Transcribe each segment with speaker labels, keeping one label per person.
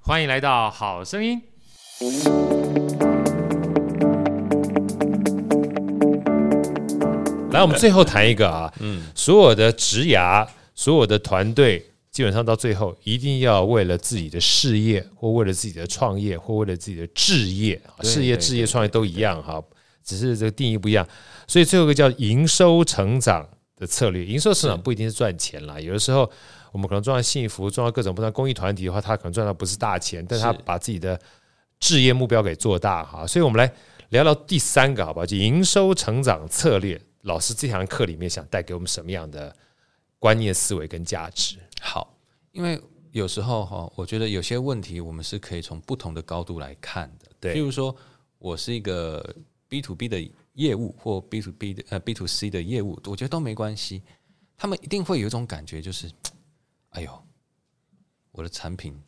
Speaker 1: 欢迎来到《好声音》。来，我们最后谈一个啊，嗯，所有的职涯，所有的团队，基本上到最后一定要为了自己的事业，或为了自己的创业，或为了自己的置业，啊
Speaker 2: 对
Speaker 1: 事业、
Speaker 2: 对
Speaker 1: 置
Speaker 2: 对
Speaker 1: 业、创业都一样哈，只是这个定义不一样。所以最后一个叫营收成长的策略，营收成长不一定是赚钱啦，有的时候我们可能赚到幸福，赚到各种不同的公益团体的话，他可能赚到不是大钱，但他
Speaker 2: 是
Speaker 1: 把自己的置业目标给做大哈。所以我们来聊聊第三个好不好？就营收成长策略，老师这堂课里面想带给我们什么样的观念、思维跟价值？
Speaker 2: 好，因为有时候哈，我觉得有些问题我们是可以从不同的高度来看的。
Speaker 1: 对
Speaker 2: 譬如说我是一个 B to B 的业务或 B to B 的呃 B to C 的业务，我觉得都没关系。他们一定会有一种感觉，就是，哎呦，我的产品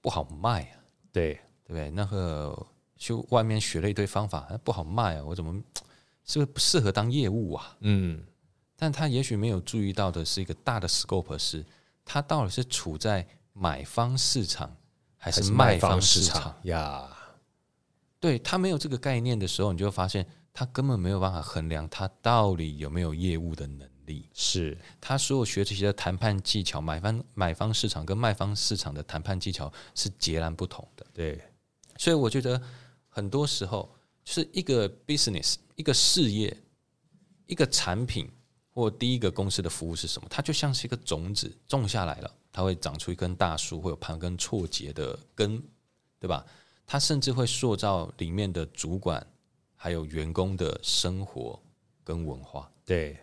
Speaker 2: 不好卖啊，
Speaker 1: 对
Speaker 2: 对不对？那个去外面学了一堆方法，不好卖啊，我怎么是不是不适合当业务啊？
Speaker 1: 嗯，
Speaker 2: 但他也许没有注意到的是一个大的 scope 是，他到底是处在买方市场还
Speaker 1: 还
Speaker 2: 是卖
Speaker 1: 方
Speaker 2: 方市场？
Speaker 1: 场呀？
Speaker 2: 对他没有这个概念的时候，你就会发现他根本没有办法衡量他到底有没有业务的能力。
Speaker 1: 是
Speaker 2: 他所有学这些的谈判技巧，买方买方市场跟卖方市场的谈判技巧是截然不同的。
Speaker 1: 对，
Speaker 2: 所以我觉得很多时候就是一个 business，一个事业，一个产品或第一个公司的服务是什么，它就像是一个种子种下来了，它会长出一根大树，会有盘根错节的根，对吧？它甚至会塑造里面的主管还有员工的生活跟文化。
Speaker 1: 对，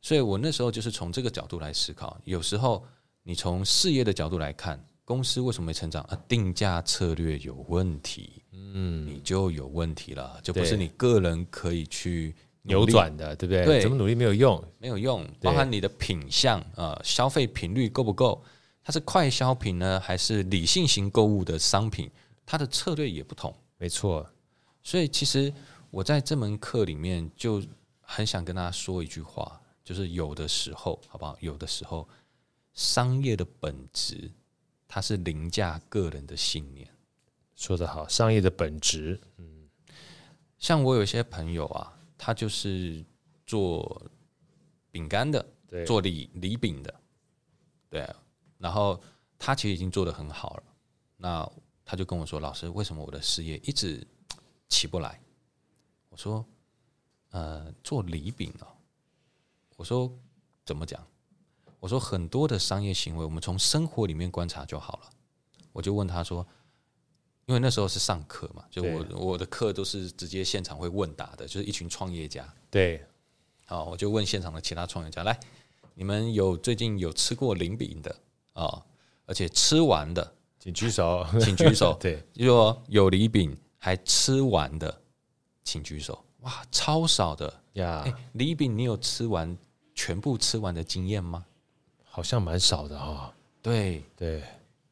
Speaker 2: 所以我那时候就是从这个角度来思考。有时候你从事业的角度来看，公司为什么没成长啊？定价策略有问题，嗯，你就有问题了，就不是
Speaker 1: 对
Speaker 2: 你个人可以去努
Speaker 1: 扭
Speaker 2: 力
Speaker 1: 转的，对不对？
Speaker 2: 对
Speaker 1: 怎么努力没有用？
Speaker 2: 没有用，
Speaker 1: 对
Speaker 2: 包含你的品相呃，消费频率够不够？它是快消品呢，还是理性型购物的商品？它的策略也不同。
Speaker 1: 没错，
Speaker 2: 所以其实我在这门课里面就很想跟大家说一句话，就是有的时候，好不好？有的时候，商业的本质它是凌驾个人的信念。
Speaker 1: 说得好，商业的本质
Speaker 2: 像我有一些朋友啊，他就是做饼干的，
Speaker 1: 对
Speaker 2: 做礼礼饼的，对啊，然后他其实已经做得很好了。那他就跟我说：“老师，为什么我的事业一直起不来？”我说：“呃，做礼饼啊、我说：“怎么讲？”我说：“很多的商业行为，我们从生活里面观察就好了。”我就问他说：“因为那时候是上课嘛，就我我的课都是直接现场会问答的，就是一群创业家。
Speaker 1: 对，
Speaker 2: 好，啊我就问现场的其他创业家，来，你们有最近有吃过零饼的啊、而且吃完的，
Speaker 1: 请举手，
Speaker 2: 请举手。
Speaker 1: 对，
Speaker 2: 就说有礼饼还吃完的，请举手。哇，超少的！
Speaker 1: 呀
Speaker 2: 哎、，礼饼你有吃完全部吃完的经验吗？
Speaker 1: 好像蛮少的哈。
Speaker 2: 对，
Speaker 1: 对，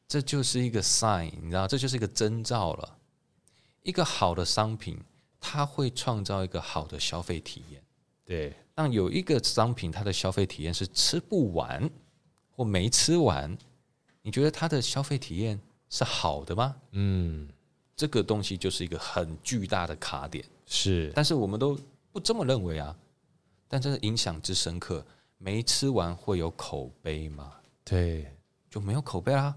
Speaker 2: 这就是一个 sign，你知道，这就是一个征兆了。一个好的商品，它会创造一个好的消费体验。
Speaker 1: 对，
Speaker 2: 让有一个商品它的消费体验是吃不完或没吃完，你觉得它的消费体验是好的吗？
Speaker 1: 嗯，
Speaker 2: 这个东西就是一个很巨大的卡点，
Speaker 1: 是
Speaker 2: 但是我们都不这么认为啊。但这个影响之深刻，没吃完会有口碑吗？
Speaker 1: 对，
Speaker 2: 就没有口碑啦，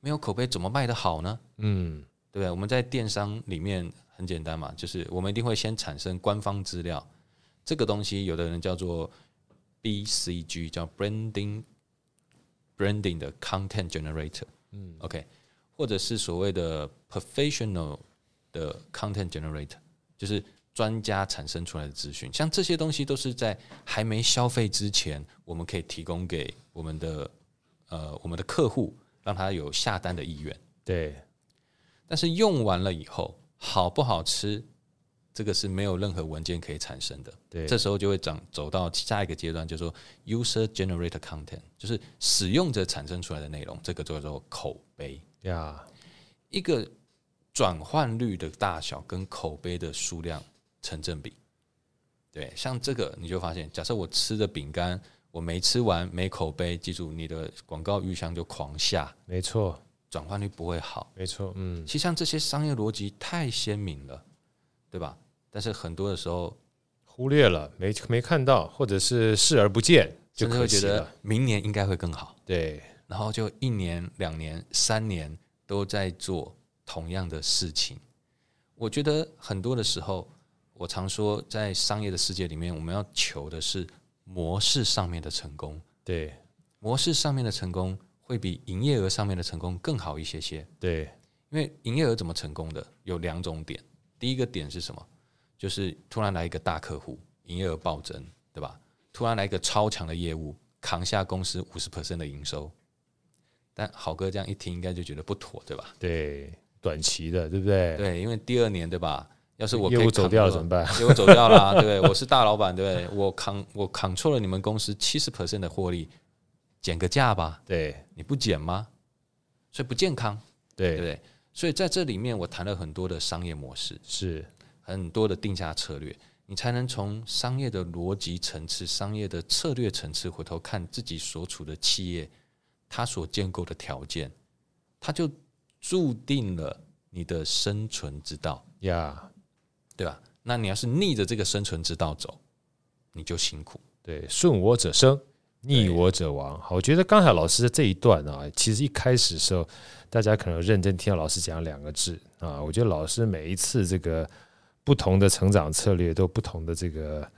Speaker 2: 没有口碑怎么卖得好呢？
Speaker 1: 嗯，
Speaker 2: 对不对？我们在电商里面很简单嘛，就是我们一定会先产生官方资料，这个东西有的人叫做 BCG，叫 branding branding 的 content generator，嗯，OK，或者是所谓的 professional 的 content generator，就是专家产生出来的资讯，像这些东西都是在还没消费之前，我们可以提供给我们的呃我们的客户，让他有下单的意愿。
Speaker 1: 对，
Speaker 2: 但是用完了以后好不好吃，这个是没有任何文件可以产生的。
Speaker 1: 对
Speaker 2: 这时候就会长走到下一个阶段，叫做 user generated content，就是使用者产生出来的内容，这个叫做口碑。
Speaker 1: 呀，
Speaker 2: 一个转换率的大小跟口碑的数量成正比。对，像这个你就发现，假设我吃的饼干我没吃完，没口碑，记住你的广告预算就狂下，
Speaker 1: 没错，
Speaker 2: 转换率不会好。
Speaker 1: 没错，嗯
Speaker 2: 其实像这些商业逻辑太鲜明了，对吧？但是很多的时候，
Speaker 1: 忽略了，没没看到，或者是视而不见，就
Speaker 2: 甚至
Speaker 1: 可
Speaker 2: 会觉
Speaker 1: 惜
Speaker 2: 得
Speaker 1: 了。
Speaker 2: 明年应该会更好，
Speaker 1: 对，
Speaker 2: 然后就一年、两年、三年都在做同样的事情。我觉得很多的时候，我常说，在商业的世界里面，我们要求的是模式上面的成功，
Speaker 1: 对，
Speaker 2: 模式上面的成功会比营业额上面的成功更好一些些。
Speaker 1: 对，
Speaker 2: 因为营业额怎么成功的有两种点，第一个点是什么？就是突然来一个大客户，营业额暴增，对吧？突然来一个超强的业务，扛下公司五十 percent 的营收。但好哥这样一听，应该就觉得不妥，对吧？
Speaker 1: 对，短期的，对不对？
Speaker 2: 对，因为第二年，对吧？要是我
Speaker 1: 业
Speaker 2: 可以
Speaker 1: 务走
Speaker 2: 扛
Speaker 1: 掉了
Speaker 2: 住
Speaker 1: 怎么办？
Speaker 2: 结果走掉了、啊 对不对？我是大老板，对不对？我扛我扛错了你们公司七十 percent 的获利，减个价吧？
Speaker 1: 对，
Speaker 2: 你不减吗？所以不健康，对不
Speaker 1: 对，
Speaker 2: 对？所以在这里面，我谈了很多的商业模式。
Speaker 1: 是，
Speaker 2: 很多的定价策略，你才能从商业的逻辑层次、商业的策略层次回头看自己所处的企业，它所建构的条件，它就注定了你的生存之道，
Speaker 1: 呀，
Speaker 2: 对吧？那你要是逆着这个生存之道走，你就辛苦。
Speaker 1: 对，顺我者生，逆
Speaker 2: 对
Speaker 1: 我者亡。好，我觉得刚才老师的这一段啊，其实一开始的时候，大家可能认真听到老师讲两个字啊，我觉得老师每一次这个不同的成长策略，都有不同的这个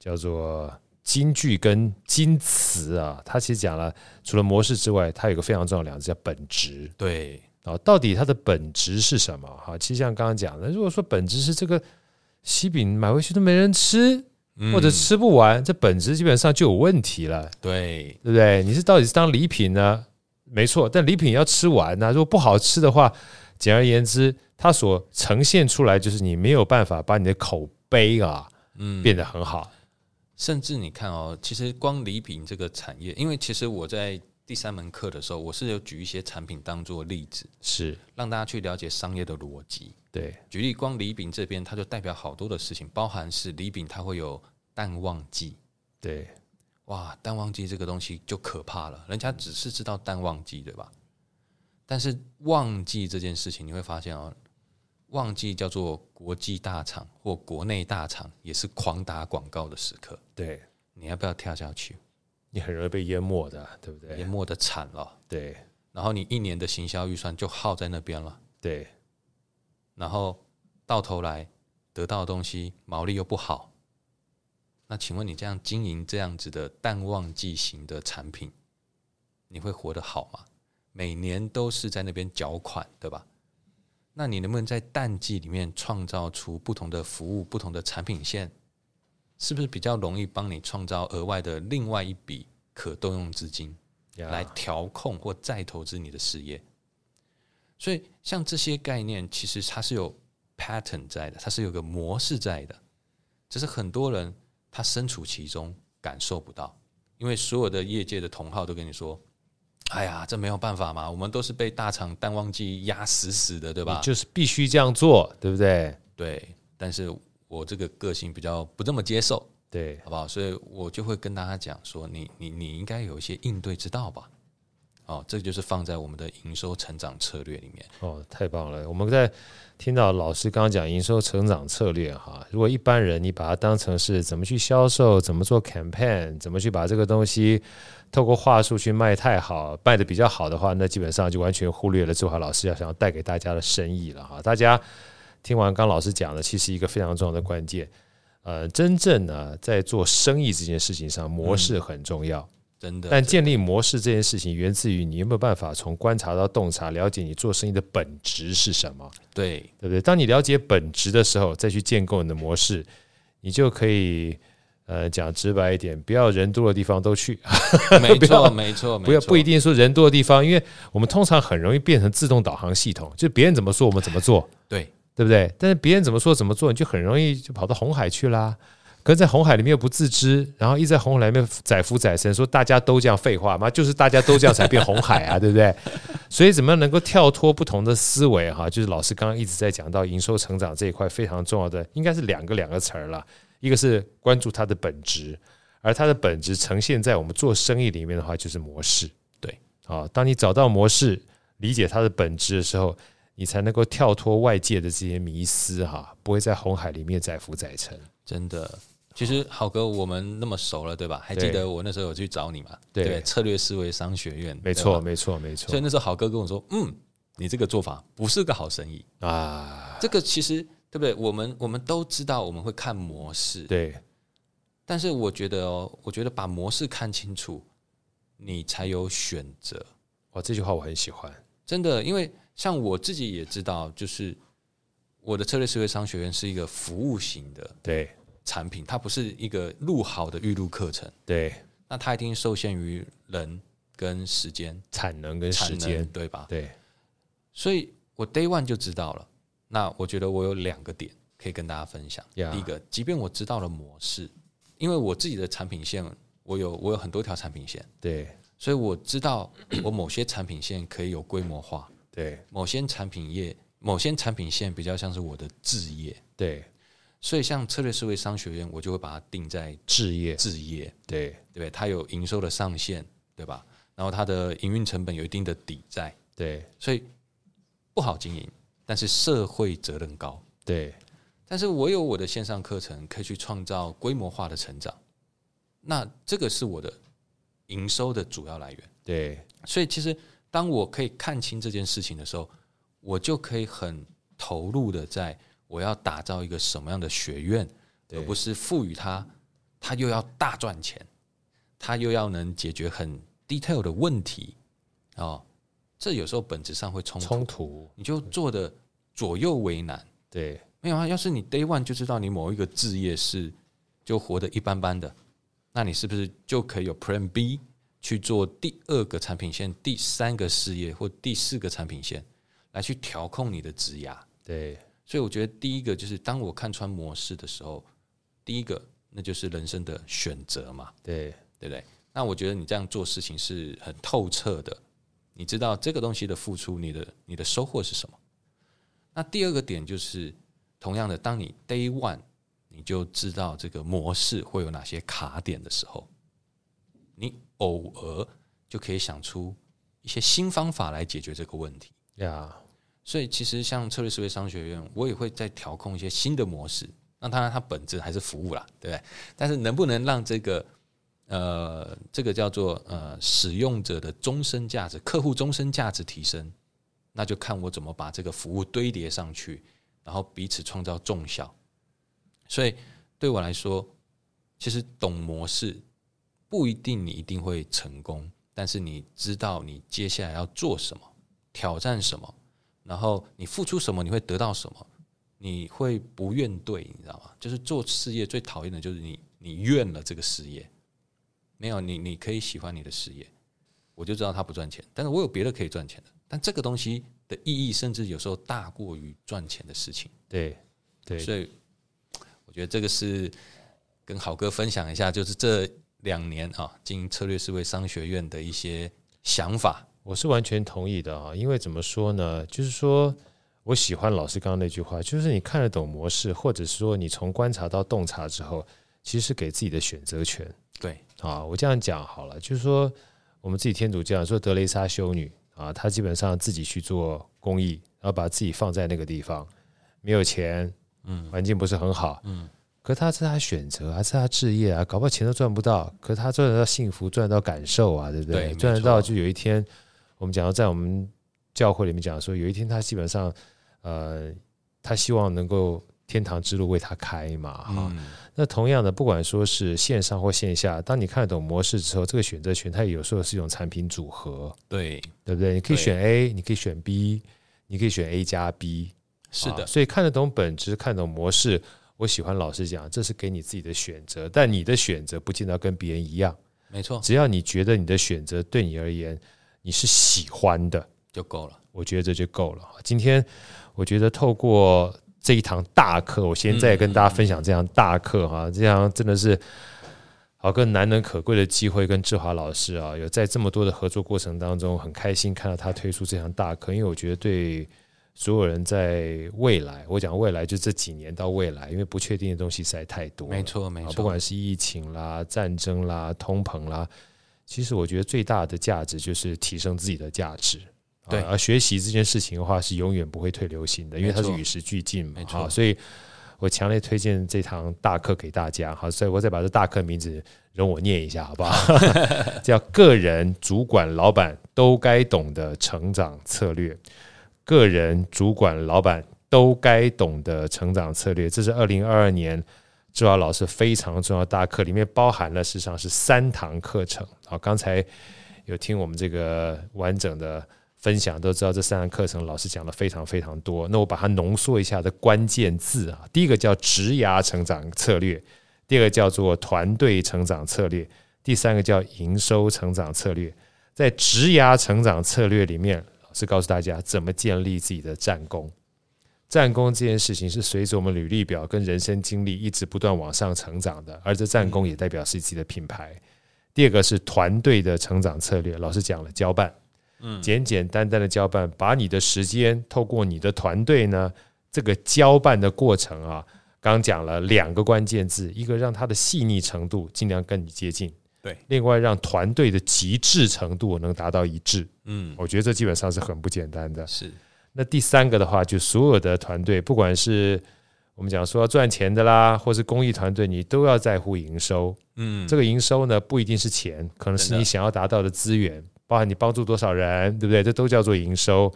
Speaker 1: 叫做金句跟金词啊，他其实讲了，除了模式之外，它有一个非常重要的两个字叫本质。
Speaker 2: 对，
Speaker 1: 啊，到底它的本质是什么？哈，其实像刚刚讲的，如果说本质是这个西饼买回去都没人吃，
Speaker 2: 嗯
Speaker 1: 或者吃不完，这本质基本上就有问题了，
Speaker 2: 对
Speaker 1: 对不对？你是到底是当礼品呢？没错，但礼品要吃完啊呢、如果不好吃的话，简而言之，它所呈现出来就是你没有办法把你的口碑啊，嗯，变得很好。
Speaker 2: 甚至你看哦，其实光礼品这个产业，因为其实我在第三门课的时候，我是有举一些产品当做例子，
Speaker 1: 是
Speaker 2: 让大家去了解商业的逻辑。
Speaker 1: 对，
Speaker 2: 举例，光礼饼这边，它就代表好多的事情，包含是礼饼，它会有淡旺季。
Speaker 1: 对，
Speaker 2: 哇，淡旺季这个东西就可怕了，人家只是知道淡旺季，对吧？但是旺季这件事情，你会发现哦，旺季叫做国际大厂或国内大厂，也是狂打广告的时刻。
Speaker 1: 对
Speaker 2: 你要不要跳下去？
Speaker 1: 你很容易被淹没的，对不
Speaker 2: 淹
Speaker 1: 对？
Speaker 2: 没的惨了，
Speaker 1: 对
Speaker 2: 然后你一年的行销预算就耗在那边了，
Speaker 1: 对
Speaker 2: 然后到头来得到的东西毛利又不好，那请问你这样经营这样子的淡旺季型的产品，你会活得好吗？每年都是在那边缴款，对吧？那你能不能在淡季里面创造出不同的服务、不同的产品线？是不是比较容易帮你创造额外的另外一笔可动用资金？
Speaker 1: 呀
Speaker 2: 来调控或再投资你的事业。所以，像这些概念，其实它是有 pattern 在的，它是有个模式在的，只是很多人他身处其中感受不到，因为所有的业界的同号都跟你说：“哎呀，这没有办法嘛，我们都是被大厂淡旺季压死死的，对
Speaker 1: 你
Speaker 2: 吧
Speaker 1: 就是必须这样做，对不对？？”
Speaker 2: 对，但是我这个个性比较不这么接受，
Speaker 1: 对，
Speaker 2: 好不好？所以我就会跟大家讲说，你你你应该有一些应对之道吧。哦，这就是放在我们的营收成长策略里面。
Speaker 1: 哦，太棒了！我们在听到老师刚刚讲营收成长策略哈，如果一般人你把它当成是怎么去销售，怎么做 campaign，怎么去把这个东西透过话术去卖太好，卖的比较好的话，那基本上就完全忽略了志华老师要想要带给大家的深意了哈。大家听完刚老师讲的，其实一个非常重要的关键，呃，真正呢在做生意这件事情上，模式很重要。
Speaker 2: 真的，
Speaker 1: 但建立模式这件事情，源自于你有没有办法从观察到洞察，了解你做生意的本质是什么，
Speaker 2: 对
Speaker 1: 对不对？当你了解本质的时候，再去建构你的模式，你就可以，呃，讲直白一点，不要人多的地方都去，
Speaker 2: 没
Speaker 1: 不要
Speaker 2: 错，没错，
Speaker 1: 不要
Speaker 2: 没错
Speaker 1: 不一。定说人多的地方，因为我们通常很容易变成自动导航系统，就别人怎么说我们怎么做，
Speaker 2: 对
Speaker 1: 对不对？但是别人怎么说怎么做，你就很容易就跑到红海去啦。可是在红海里面又不自知，然后一直在红海里面载浮载沉，说大家都这样废话嘛，就是大家都这样才变红海啊，对不对？所以怎么样能够跳脱不同的思维哈、就是老师刚刚一直在讲到营收成长这一块非常重要的，应该是两个两个词儿了，一个是关注它的本质，而它的本质呈现在我们做生意里面的话，就是模式。
Speaker 2: 对，
Speaker 1: 啊，当你找到模式，理解它的本质的时候，你才能够跳脱外界的这些迷思哈，不会在红海里面载浮载沉。
Speaker 2: 真的。其实好哥，我们那么熟了，对吧？还记
Speaker 1: 对
Speaker 2: 得我那时候有去找你嘛？
Speaker 1: 对
Speaker 2: 策略思维商学院，
Speaker 1: 没
Speaker 2: 对吧
Speaker 1: 错，。没错，没
Speaker 2: 所以
Speaker 1: 错
Speaker 2: 那时候好哥跟我说，嗯，你这个做法不是个好生意。
Speaker 1: 啊，
Speaker 2: 这个其实对不对？我们我们都知道我们会看模式，
Speaker 1: 对，
Speaker 2: 但是我觉得哦，我觉得把模式看清楚，你才有选择。
Speaker 1: 哇，这句话我很喜欢。
Speaker 2: 真的，因为像我自己也知道，就是我的策略思维商学院是一个服务型的
Speaker 1: 对，
Speaker 2: 产品，它不是一个录好的预录课程，
Speaker 1: 对，
Speaker 2: 那它一定受限于人跟时间、
Speaker 1: 产能跟
Speaker 2: 产
Speaker 1: 时
Speaker 2: 能
Speaker 1: 间，
Speaker 2: 对吧？
Speaker 1: 对，
Speaker 2: 所以我 day one 就知道了。那我觉得我有两个点可以跟大家分享。
Speaker 1: Yeah
Speaker 2: 第一个，即便我知道了模式，因为我自己的产品线，我有我有很多条产品线，
Speaker 1: 对，
Speaker 2: 所以我知道我某些产品线可以有规模化，
Speaker 1: 对，
Speaker 2: 某些产品业、某些产品线比较像是我的置业。
Speaker 1: 对，
Speaker 2: 所以像策略思维商学院，我就会把它定在
Speaker 1: 置业，
Speaker 2: 置业，
Speaker 1: 对，
Speaker 2: 对不对？它有营收的上限，对吧？然后它的营运成本有一定的底在，
Speaker 1: 对，
Speaker 2: 所以不好经营，但是社会责任高。
Speaker 1: 对，
Speaker 2: 但是我有我的线上课程，可以去创造规模化的成长，那这个是我的营收的主要来源。
Speaker 1: 对，
Speaker 2: 所以其实当我可以看清这件事情的时候，我就可以很投入的在我要打造一个什么样的学院，而
Speaker 1: 对
Speaker 2: 不是赋予它，它又要大赚钱，它又要能解决很 detail 的问题哦，这有时候本质上会冲突，
Speaker 1: 冲突，
Speaker 2: 你就做的左右为难。
Speaker 1: 对，
Speaker 2: 没有啊，要是你 day one 就知道你某一个置业是就活得一般般的，那你是不是就可以有 Plan B 去做第二个产品线、第三个事业或第四个产品线来去调控你的职涯？
Speaker 1: 对，
Speaker 2: 所以我觉得第一个就是当我看穿模式的时候，第一个那就是人生的选择嘛，
Speaker 1: 对，
Speaker 2: 对不对？那我觉得你这样做事情是很透彻的，你知道这个东西的付出，你的你的收获是什么。那第二个点就是，同样的，当你 day one 你就知道这个模式会有哪些卡点的时候，你偶尔就可以想出一些新方法来解决这个问题。
Speaker 1: 呀，
Speaker 2: 所以其实像策略思维商学院，我也会在调控一些新的模式。那当然，它本质还是服务啦，对不对？但是能不能让这个呃，这个叫做呃使用者的终身价值、客户终身价值提升，那就看我怎么把这个服务堆叠上去，然后彼此创造重效。所以对我来说，其实懂模式不一定你一定会成功，但是你知道你接下来要做什么，挑战什么，然后你付出什么，你会得到什么，你会不怨对，你知道吗？就是做事业最讨厌的就是你你怨了这个事业，没有你你可以喜欢你的事业，我就知道它不赚钱，但是我有别的可以赚钱的，但这个东西的意义甚至有时候大过于赚钱的事情。
Speaker 1: 对，对，
Speaker 2: 所以我觉得这个是跟好哥分享一下，就是这两年啊，经营策略思维商学院的一些想法。
Speaker 1: 我是完全同意的啊，因为怎么说呢，就是说我喜欢老师刚刚那句话，就是你看得懂模式，或者是说你从观察到洞察之后，其实是给自己的选择权
Speaker 2: 对，
Speaker 1: 啊。我这样讲好了，就是说我们自己天主教说德雷莎修女啊，她基本上自己去做公益，然后把自己放在那个地方，没有钱，嗯，环境不是很好，嗯。可她是她选择啊，是她置业啊，搞不好钱都赚不到，可她赚得到幸福，赚得到感受啊，对不
Speaker 2: 对
Speaker 1: 对？
Speaker 2: 没
Speaker 1: 赚得到
Speaker 2: 错
Speaker 1: 就有一天，我们讲到在我们教会里面讲说，有一天她基本上，呃，她希望能够天堂之路为她开嘛，啊哈、
Speaker 2: 嗯，
Speaker 1: 那同样的，不管说是线上或线下，当你看得懂模式之后，这个选择权它有时候是一种产品组合，
Speaker 2: 对，
Speaker 1: 对不对？你可以
Speaker 2: 对
Speaker 1: 选 A，你可以选 B，你可以选 A 加 B，
Speaker 2: 是的
Speaker 1: 啊，所以看得懂本质，看懂模式，我喜欢老师讲，这是给你自己的选择，但你的选择不见得跟别人一样。
Speaker 2: 没错，
Speaker 1: 只要你觉得你的选择对你而言你是喜欢的，
Speaker 2: 就够了。
Speaker 1: 我觉得这就够了。今天我觉得透过这一堂大课，我先再跟大家分享这堂大课哈、这堂真的是好个难能可贵的机会，跟志华老师啊，有在这么多的合作过程当中，很开心看到他推出这堂大课，因为我觉得对。所有人在未来，我讲未来就这几年到未来，因为不确定的东西实在太多了。
Speaker 2: 没错，没
Speaker 1: 啊，
Speaker 2: 错，
Speaker 1: 不管是疫情啦、战争啦、通膨啦，其实我觉得最大的价值就是提升自己的价值啊、
Speaker 2: 对
Speaker 1: 啊而学习这件事情的话是永远不会退流行的，因为它是
Speaker 2: 没错
Speaker 1: 与时俱进嘛
Speaker 2: 没，错
Speaker 1: 好，所以我强烈推荐这堂大课给大家，好，所以我再把这大课名字容我念一下，好不 好？叫个人、主管、老板都该懂的成长策略，个人、主管、老板都该懂的成长策略，这是二零二二年周老老师非常重要的大课，里面包含了事实上是三堂课程。好，刚才有听我们这个完整的分享，都知道这三堂课程老师讲了非常非常多。那我把它浓缩一下的关键字啊，第一个叫职涯成长策略，第二个叫做团队成长策略，第三个叫营收成长策略。在职涯成长策略里面，老师告诉大家怎么建立自己的战功。战功这件事情是随着我们履历表跟人生经历一直不断往上成长的，而这战功也代表是自己的品牌。第二个是团队的成长策略，老师讲了交办，嗯，简简单单的交办，把你的时间透过你的团队呢，这个交办的过程啊，刚讲了两个关键字，一个让它的细腻程度尽量跟你接近，
Speaker 2: 对，
Speaker 1: 另外让团队的极致程度能达到一致，
Speaker 2: 嗯，
Speaker 1: 我觉得这基本上是很不简单的。
Speaker 2: 是
Speaker 1: 那第三个的话，就所有的团队，不管是我们讲说要赚钱的啦，或是公益团队，你都要在乎营收。
Speaker 2: 嗯
Speaker 1: 这个营收呢，不一定是钱，可能是
Speaker 2: 真的
Speaker 1: 你想要达到的资源，包含你帮助多少人，对不对？这都叫做营收。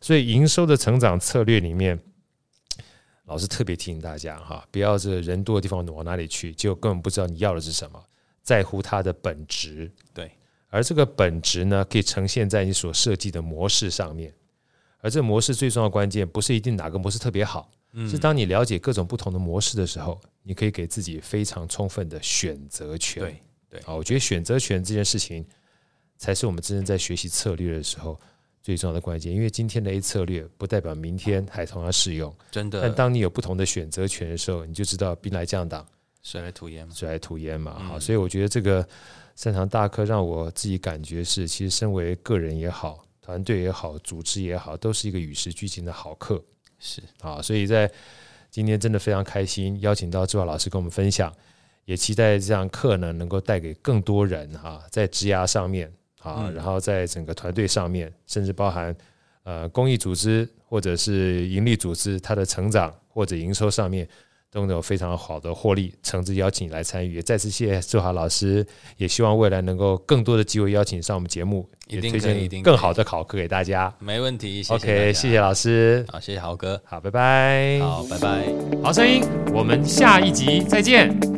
Speaker 1: 所以，营收的成长策略里面，老师特别提醒大家哈，不要这人多的地方往哪里去，就根本不知道你要的是什么，在乎它的本质。
Speaker 2: 对，
Speaker 1: 而这个本质呢，可以呈现在你所设计的模式上面。而这模式最重要的关键，不是一定哪个模式特别好，
Speaker 2: 嗯
Speaker 1: 是当你了解各种不同的模式的时候，你可以给自己非常充分的选择权。
Speaker 2: 对
Speaker 1: 啊，我觉得选择权这件事情，才是我们真正在学习策略的时候最重要的关键。因为今天的 A 策略不代表明天还同样适用，
Speaker 2: 真
Speaker 1: 但
Speaker 2: 的
Speaker 1: 当你有不同的选择权的时候，你就知道兵来将挡，
Speaker 2: 水来土掩嘛，
Speaker 1: 水来土掩嘛。
Speaker 2: 嗯
Speaker 1: 好，所以我觉得这个擅长大课让我自己感觉是，其实身为个人也好，团队也好，组织也好，都是一个与时俱进的好课。
Speaker 2: 是
Speaker 1: 啊，所以在今天真的非常开心，邀请到志华老师跟我们分享，也期待这堂课呢能够带给更多人啊，在职涯上面啊，
Speaker 2: 嗯
Speaker 1: 然后在整个团队上面，甚至包含呃公益组织或者是盈利组织，它的成长或者营收上面。都能有非常好的获利，诚挚邀请你来参与。也再次谢谢志华老师，也希望未来能够更多的机会邀请你上我们节目，
Speaker 2: 一
Speaker 1: 也
Speaker 2: 定
Speaker 1: 推
Speaker 2: 可以一
Speaker 1: 荐
Speaker 2: 定
Speaker 1: 更
Speaker 2: 可以
Speaker 1: 好的考课给大家。
Speaker 2: 没问题。谢
Speaker 1: OK，谢
Speaker 2: 谢
Speaker 1: 谢哎
Speaker 2: 大
Speaker 1: 老师，
Speaker 2: 家，好，谢谢豪哥，
Speaker 1: 好，拜拜。
Speaker 2: 好，拜拜。
Speaker 1: 好声音，我们下一集再见。